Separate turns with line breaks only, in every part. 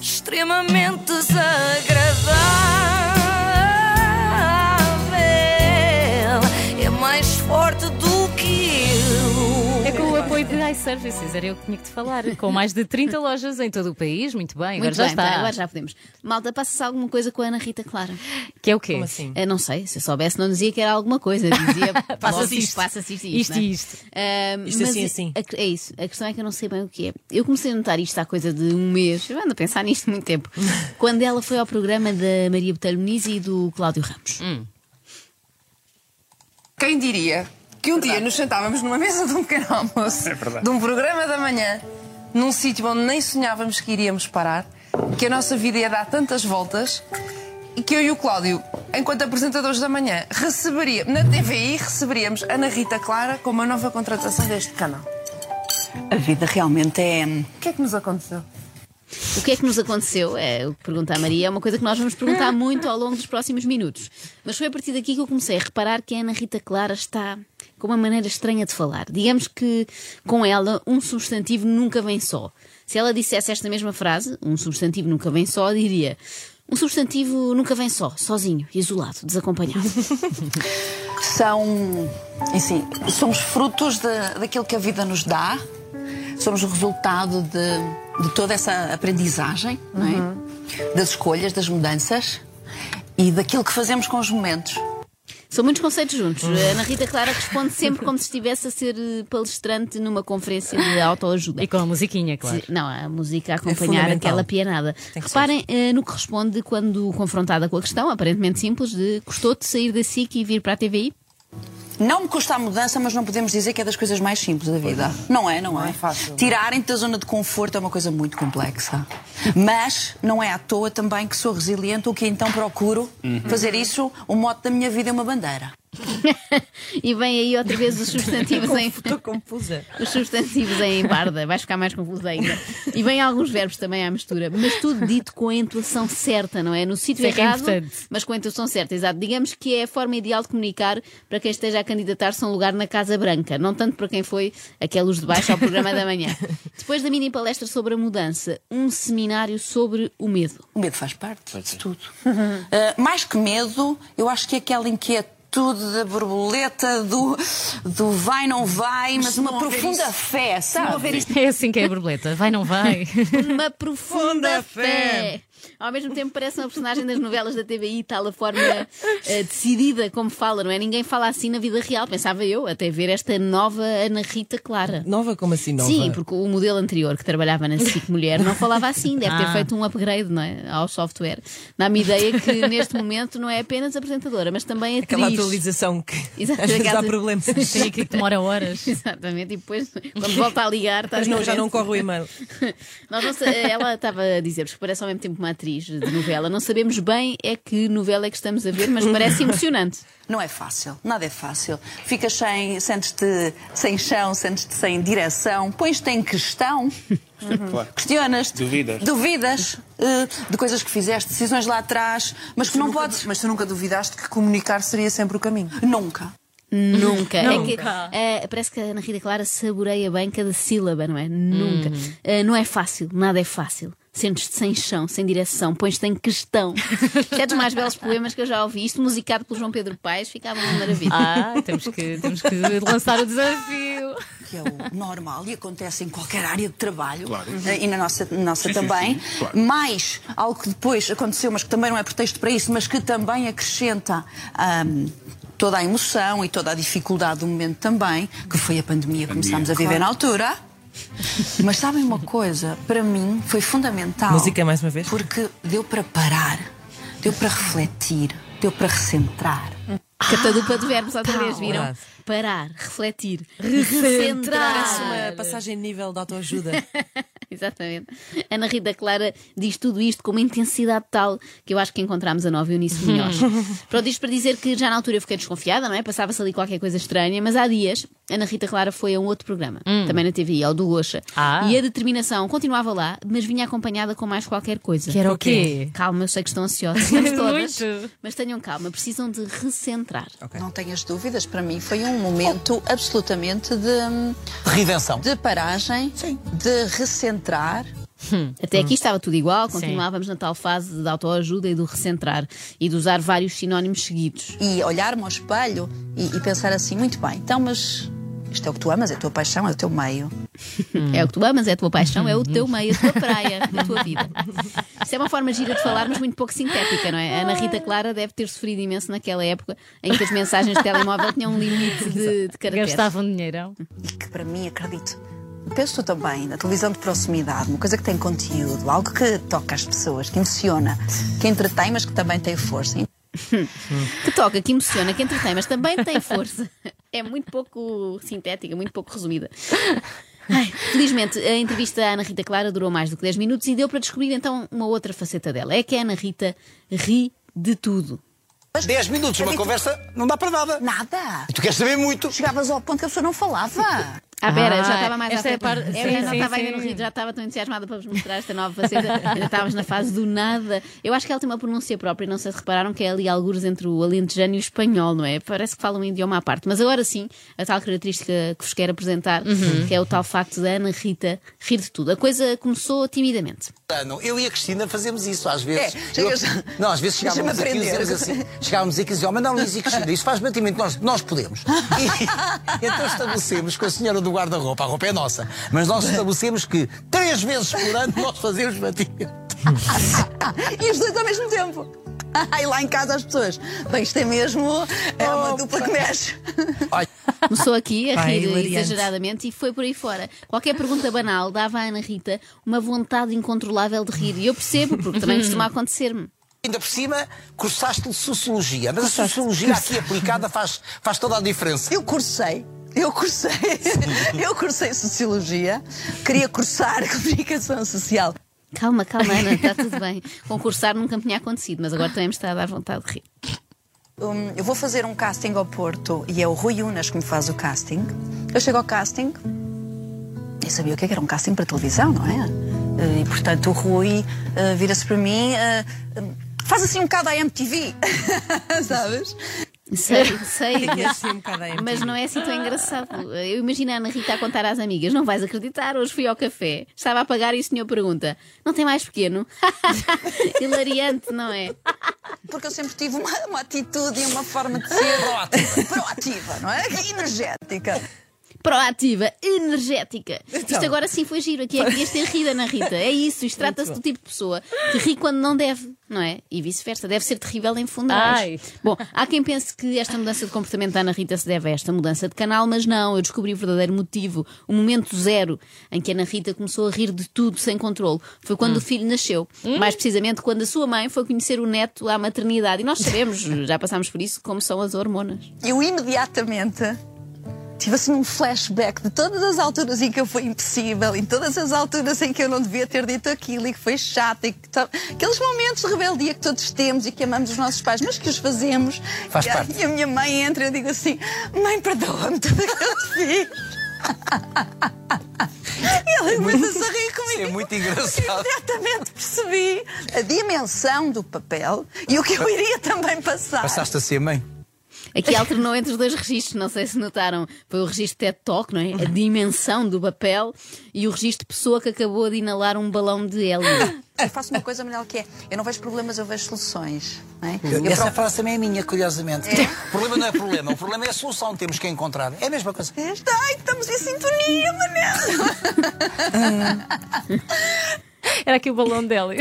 extremamente desagradável. É mais forte do que eu.
É com o apoio de iServices, era eu que tinha que te falar. Com mais de 30 lojas em todo o país, muito bem, agora
Muito
já
bem,
está.
pá, agora já podemos. Malta, passa-se alguma coisa com a Ana Rita Clara?
Que é o quê?
Como assim?
Eu não sei, se eu soubesse não dizia que era alguma coisa, dizia
Passa-se isto.
passa-se isto, e
Isto
não é?
e isto.
Ahm,
Isto
mas
assim,
é-
assim.
a- é isso, a questão é que eu não sei bem o que é. Eu comecei a notar isto há coisa de um mês, eu ando a pensar nisto muito tempo, quando ela foi ao programa da Maria Botelho Muniz e do Cláudio Ramos.
Quem diria que um dia nos sentávamos numa mesa de um pequeno almoço, de um programa da manhã, num sítio onde nem sonhávamos que iríamos parar, que a nossa vida ia dar tantas voltas e que eu e o Cláudio, enquanto apresentadores da manhã, receberia, na TVI receberíamos Ana Rita Clara como a nova contratação deste canal.
A vida realmente é.
O que é que nos aconteceu?
O que é que nos aconteceu? É, o que pergunta a Maria é uma coisa que nós vamos perguntar muito ao longo dos próximos minutos. Mas foi a partir daqui que eu comecei a reparar que a Ana Rita Clara está com uma maneira estranha de falar. Digamos que com ela um substantivo nunca vem só. Se ela dissesse esta mesma frase, um substantivo nunca vem só, diria. Um substantivo nunca vem só, sozinho, isolado, desacompanhado.
São. Assim, somos frutos de, daquilo que a vida nos dá, somos o resultado de, de toda essa aprendizagem, não é? das escolhas, das mudanças e daquilo que fazemos com os momentos.
São muitos conceitos juntos. A Ana Rita Clara responde sempre como se estivesse a ser eh, palestrante numa conferência de autoajuda.
E com a musiquinha, claro.
Se- Não, a música a acompanhar
É fundamental.
aquela pianada.
Tem que
Reparem eh, no que responde quando confrontada com a questão, aparentemente simples, de gostou-te sair da SIC e vir para a TVI?
Não me custa a mudança, mas não podemos dizer que é das coisas mais simples da vida. Não é, não, é.
fácil.
Tirarem-te da zona de conforto é uma coisa muito complexa. Mas não é à toa também que sou resiliente, o que então procuro fazer isso, o mote da minha vida é uma bandeira.
E vem aí outra vez os substantivos em.
Estou confusa.
Os substantivos em barda, vais ficar mais confuso ainda. E vem alguns verbos também à mistura, mas tudo dito com a entoação certa, não é? No sítio
Isso é que é
errado,
importante.
mas com a entoação certa, exato. Digamos que é a forma ideal de comunicar para quem esteja a candidatar-se a um lugar na Casa Branca, não tanto para quem foi aquela luz de baixo ao programa da manhã. Depois da mini palestra sobre a mudança, um seminário sobre o medo.
O medo faz parte de tudo. Uh, mais que medo, eu acho que é aquela inquietude da borboleta, do, do vai, não vai, mas, uma profunda fé, sabe?
É assim que é a borboleta. Vai, não vai?
Uma profunda fé. Ao mesmo tempo parece uma personagem das novelas da TVI, tal a forma eh, decidida como fala, não é? Ninguém fala assim na vida real, pensava eu, até ver esta nova Ana Rita Clara.
Nova como assim nova?
Sim, porque o modelo anterior que trabalhava na SIC Mulher não falava assim, deve ter
Ah.
feito um upgrade não é? ao software. Dá-me ideia que neste momento não é apenas apresentadora, mas também atriz.
Aquela atualização que
Exato,
às vezes
aquela-
há problemas.
Sim, que demora horas.
Exatamente, e depois quando volta a ligar, está
Mas não, já
diferente.
não corre o e-mail.
Nós não sa- eh, ela estava a dizer-vos que parece ao mesmo tempo uma atriz de novela. Não sabemos bem é que novela é que estamos a ver, mas parece emocionante.
Não é fácil, nada é fácil. Ficas sem, sentes-te sem chão, sentes-te sem direção, pões-te em questão, questionas-te,
Duvidas.
duvidas eh, de coisas que fizeste, decisões lá atrás, mas que não
Nunca-
podes.
Mas tu nunca duvidaste que comunicar seria sempre o caminho.
Nunca.
Nunca. É que,
Nunca.
eh, parece que a Ana Rita Clara saboreia bem cada sílaba, não é? Nunca.
Hum.
Eh, não é fácil, nada é fácil. Sentes-te sem chão, sem direção, pões-te em questão. Isto é dos mais belos poemas que eu já ouvi. Isto musicado pelo João Pedro Paes, ficava uma maravilha.
Ah, temos que, temos que lançar o desafio.
que é o normal e acontece em qualquer área de trabalho eh, e na nossa, na nossa
Sim, sim,
também,
sim, claro.
mais algo que depois aconteceu, mas que também não é pretexto para isso, mas que também acrescenta ahm, toda a emoção e toda a dificuldade do momento também, que foi a pandemia que começámos a viver na altura. Mas sabem uma coisa? Para mim foi fundamental.
Música é mais uma vez?
Porque deu para parar, deu para refletir, deu para recentrar.
Catadupa de verbos outra
Ah,
vez, viram?
Verdade.
Parar, refletir, recentrar.
Parece uma passagem de nível de autoajuda.
Exatamente. Ana Rita Clara diz tudo isto com uma intensidade tal que eu acho que encontramos a nova Eunice Munhoz. Pronto, isto para dizer que já na altura eu fiquei desconfiada, não é? Passava-se ali qualquer coisa estranha, mas há dias Ana Rita Clara foi a um outro programa, também na TV, ao do Gocha.
Hum. Ah.
E a determinação continuava lá, mas vinha acompanhada com mais qualquer coisa.
Que era o quê?
Calma, eu sei que estão ansiosos, estamos todas.
Muito.
Mas tenham calma, precisam de recentrar.
Não tenhas dúvidas, para mim foi um momento absolutamente de.
Redenção.
de paragem, de recentrar
Até aqui estava tudo igual, continuávamos na tal fase da autoajuda e do recentrar e de usar vários sinónimos seguidos.
e olhar-me ao espelho e, e pensar assim, muito bem, então, mas isto é o que tu amas, é a tua paixão, é o teu meio.
É o que tu amas, é a tua paixão, é o teu meio, a tua praia, a tua vida. Isso é uma forma gira de falar, mas muito pouco sintética, não é? A Ana Rita Clara deve ter sofrido imenso naquela época em que as mensagens de telemóvel tinham um limite de, de caracteres.
Gastavam dinheirão.
E que para mim, acredito, penso tu também na televisão de proximidade, uma coisa que tem conteúdo, algo que toca as pessoas, que emociona, que entretém, mas que também tem força.
que toca, que emociona, que entretém, mas também tem força. É muito pouco sintética, muito pouco resumida. Ai, felizmente, a entrevista à Ana Rita Clara durou mais do que 10 minutos e deu para descobrir então uma outra faceta dela. É que a Ana Rita ri de tudo.
10 minutos, uma conversa não dá para nada.
Nada!
Tu queres saber muito.
Chegavas ao ponto que a pessoa não falava.
Ah, pera, já
Ah,
estava mais à
esta é a
frente.
parte-
Eu
sim,
ainda não
sim,
estava
sim.
ainda no Rio, já estava tão entusiasmada para vos mostrar esta nova faceta. ainda estavas na fase do nada. Eu acho que ela tem uma pronúncia própria, não sei se repararam, que é ali algures entre o alentejano e o espanhol, não é? Parece que falam um idioma à parte. Mas agora sim, a tal característica que vos quero apresentar,
Uhum.
que é o tal facto da Ana Rita rir de tudo. A coisa começou timidamente.
Ano, Eu e a Cristina fazemos isso às vezes.
É,
Eu-
chegas-
Não, às vezes
Deixa-me
chegávamos aqui e
aprender.
dizíamos assim. Chegávamos aqui e dizíamos, mas não, Luís e Cristina, isso faz batimento, nós, nós podemos. E, então estabelecemos com a senhora do guarda-roupa, a roupa é nossa, mas nós estabelecemos que três vezes por ano nós fazemos batimento.
E os dois ao mesmo tempo. e lá em casa as pessoas. Bem, isto é mesmo. É uma dupla que mexe.
Olha,
Começou aqui a
Pá, é
rir
hilariante.
exageradamente e foi por aí fora. Qualquer pergunta banal dava à Ana Rita uma vontade incontrolável de rir. E eu percebo, porque também costuma acontecer-me.
Ainda por cima, cursaste de sociologia, mas a sociologia aqui aplicada faz, faz toda a diferença.
Eu cursei. Eu cursei. Eu cursei Sociologia. Queria cursar Comunicação Social.
Calma, calma, Ana, está tudo bem. Concursar nunca me tinha acontecido, mas agora também me está a dar vontade de rir.
Hum, eu vou fazer um casting ao Porto e é o Rui Unas que me faz o casting. Eu chego ao casting. Eu sabia o que é que era um casting para televisão, não é? Eh, E portanto o Rui eh, vira-se para mim. eh, Faz assim um bocado a MTV, sabes?
Sei, sei,
Tinha
mas,
assim um bocado a MTV.
mas não é assim tão engraçado. Eu imagino a Ana Rita a contar às amigas: não vais acreditar, hoje fui ao café, estava a pagar e o senhor pergunta: não tem mais pequeno? Hilariante, não é?
Porque eu sempre tive uma, uma atitude e uma forma de ser proativa, proativa, não é? Energética.
Proativa, energética. Isto agora sim foi giro, aqui é que devias ter rido, Ana Rita. É isso, isto trata-se do tipo de pessoa que ri quando não deve, não é? E vice-versa, deve ser terrível em
Ai.
funerais. Bom, há quem pense que esta mudança de comportamento da Ana Rita se deve a esta mudança de canal, mas não, eu descobri o verdadeiro motivo, o momento zero em que a Ana Rita começou a rir de tudo sem controle. Foi quando o filho nasceu, mais precisamente quando a sua mãe foi conhecer o neto à maternidade. E nós sabemos, já passámos por isso, como são as hormonas.
Eu imediatamente tive assim um flashback de todas as alturas em que eu fui impossível, em todas as alturas em que eu não devia ter dito aquilo e que foi chato, e que to- aqueles momentos de rebeldia que todos temos e que amamos os nossos pais, mas que os fazemos.
Faz
e, a-
parte.
e a minha mãe entra e eu digo assim: Mãe, perdoa-me tudo o que eu te fiz. E Ela começa a rir comigo.
é muito engraçado.
Imediatamente percebi a dimensão do papel e o que eu iria também passar.
Passaste a ser mãe?
Aqui alternou entre os dois registros, não sei se notaram. Foi o registro TED Talk, não é? A dimensão do papel e o registro de pessoa que acabou de inalar um balão de hélio.
Ah,
Eu faço uma coisa melhor que é: eu não vejo problemas, eu vejo soluções. Não é? Eu
Essa
procuro-
frase também é minha, curiosamente. O problema não é problema, o problema é a solução que temos que encontrar. É a mesma coisa.
Esta- Ai, estamos em sintonia, Manel!
Era aqui o balão dela.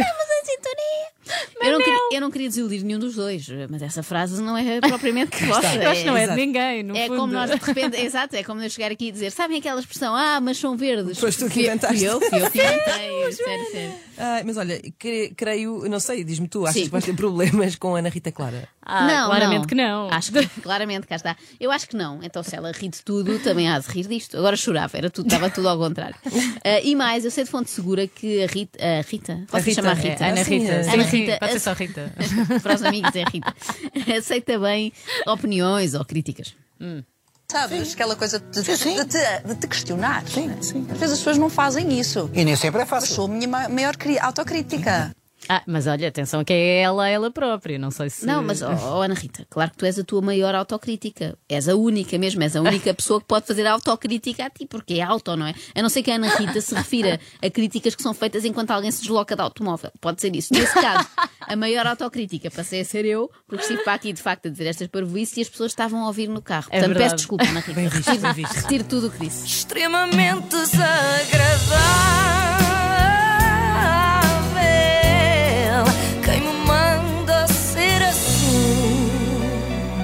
Eu não, queria, eu não queria desiludir nenhum dos dois, mas essa frase não é propriamente vossa.
Eu acho que não é de
Exato.
ninguém, no
É
fundo.
como nós de repente, exato, é como eu chegar aqui e dizer, sabem aquela expressão, ah, mas são verdes.
Foste tu que
Fui- fui
inventaste.
eu, fui eu que inventei, sério, sério.
Ai, Ah, mas olha, cre- creio, não sei, diz-me tu, achas
Sim.
que vais ter problemas com a Ana Rita Clara?
Ah, claramente que não.
Acho que claramente, cá está. Eu acho que não. Então, se ela ri de tudo, também há de rir disto. Agora chorava, era tudo, estava tudo ao contrário. Ah, e mais, eu sei de fonte segura que a Rita. A Rita? Posso
Rita,
chamar a
é,
Rita?
É, Ana
Ah, sim,
Rita.
é.
Sim,
Ana
sim,
Rita,
Pode ser
a-
só Rita.
Para os amigos, é Rita. Aceita bem opiniões ou críticas.
Sabes? Aquela coisa de, de, te- de te questionar. Sim, sim. Às vezes as pessoas não fazem isso.
E nem sempre é
Eu
fácil.
sou a minha ma- maior cri- autocrítica.
Ah, mas olha, atenção que é ela, ela própria, não sei se.
Não, mas ó, ó, Ana Rita, claro que tu és a tua maior autocrítica. És a única mesmo, és a única pessoa que pode fazer autocrítica a ti, porque é auto, não é? A não ser que a Ana Rita se refira a críticas que são feitas enquanto alguém se desloca de automóvel. Pode ser isso. Nesse caso, a maior autocrítica passei a ser eu, porque estive para aqui de facto a dizer estas parvoíces e as pessoas estavam a ouvir no carro.
É
Portanto,
verdade.
peço desculpa, Ana Rita. Retiro, retiro tudo o que disse.
extremamente desagradável. Quem me manda ser assim?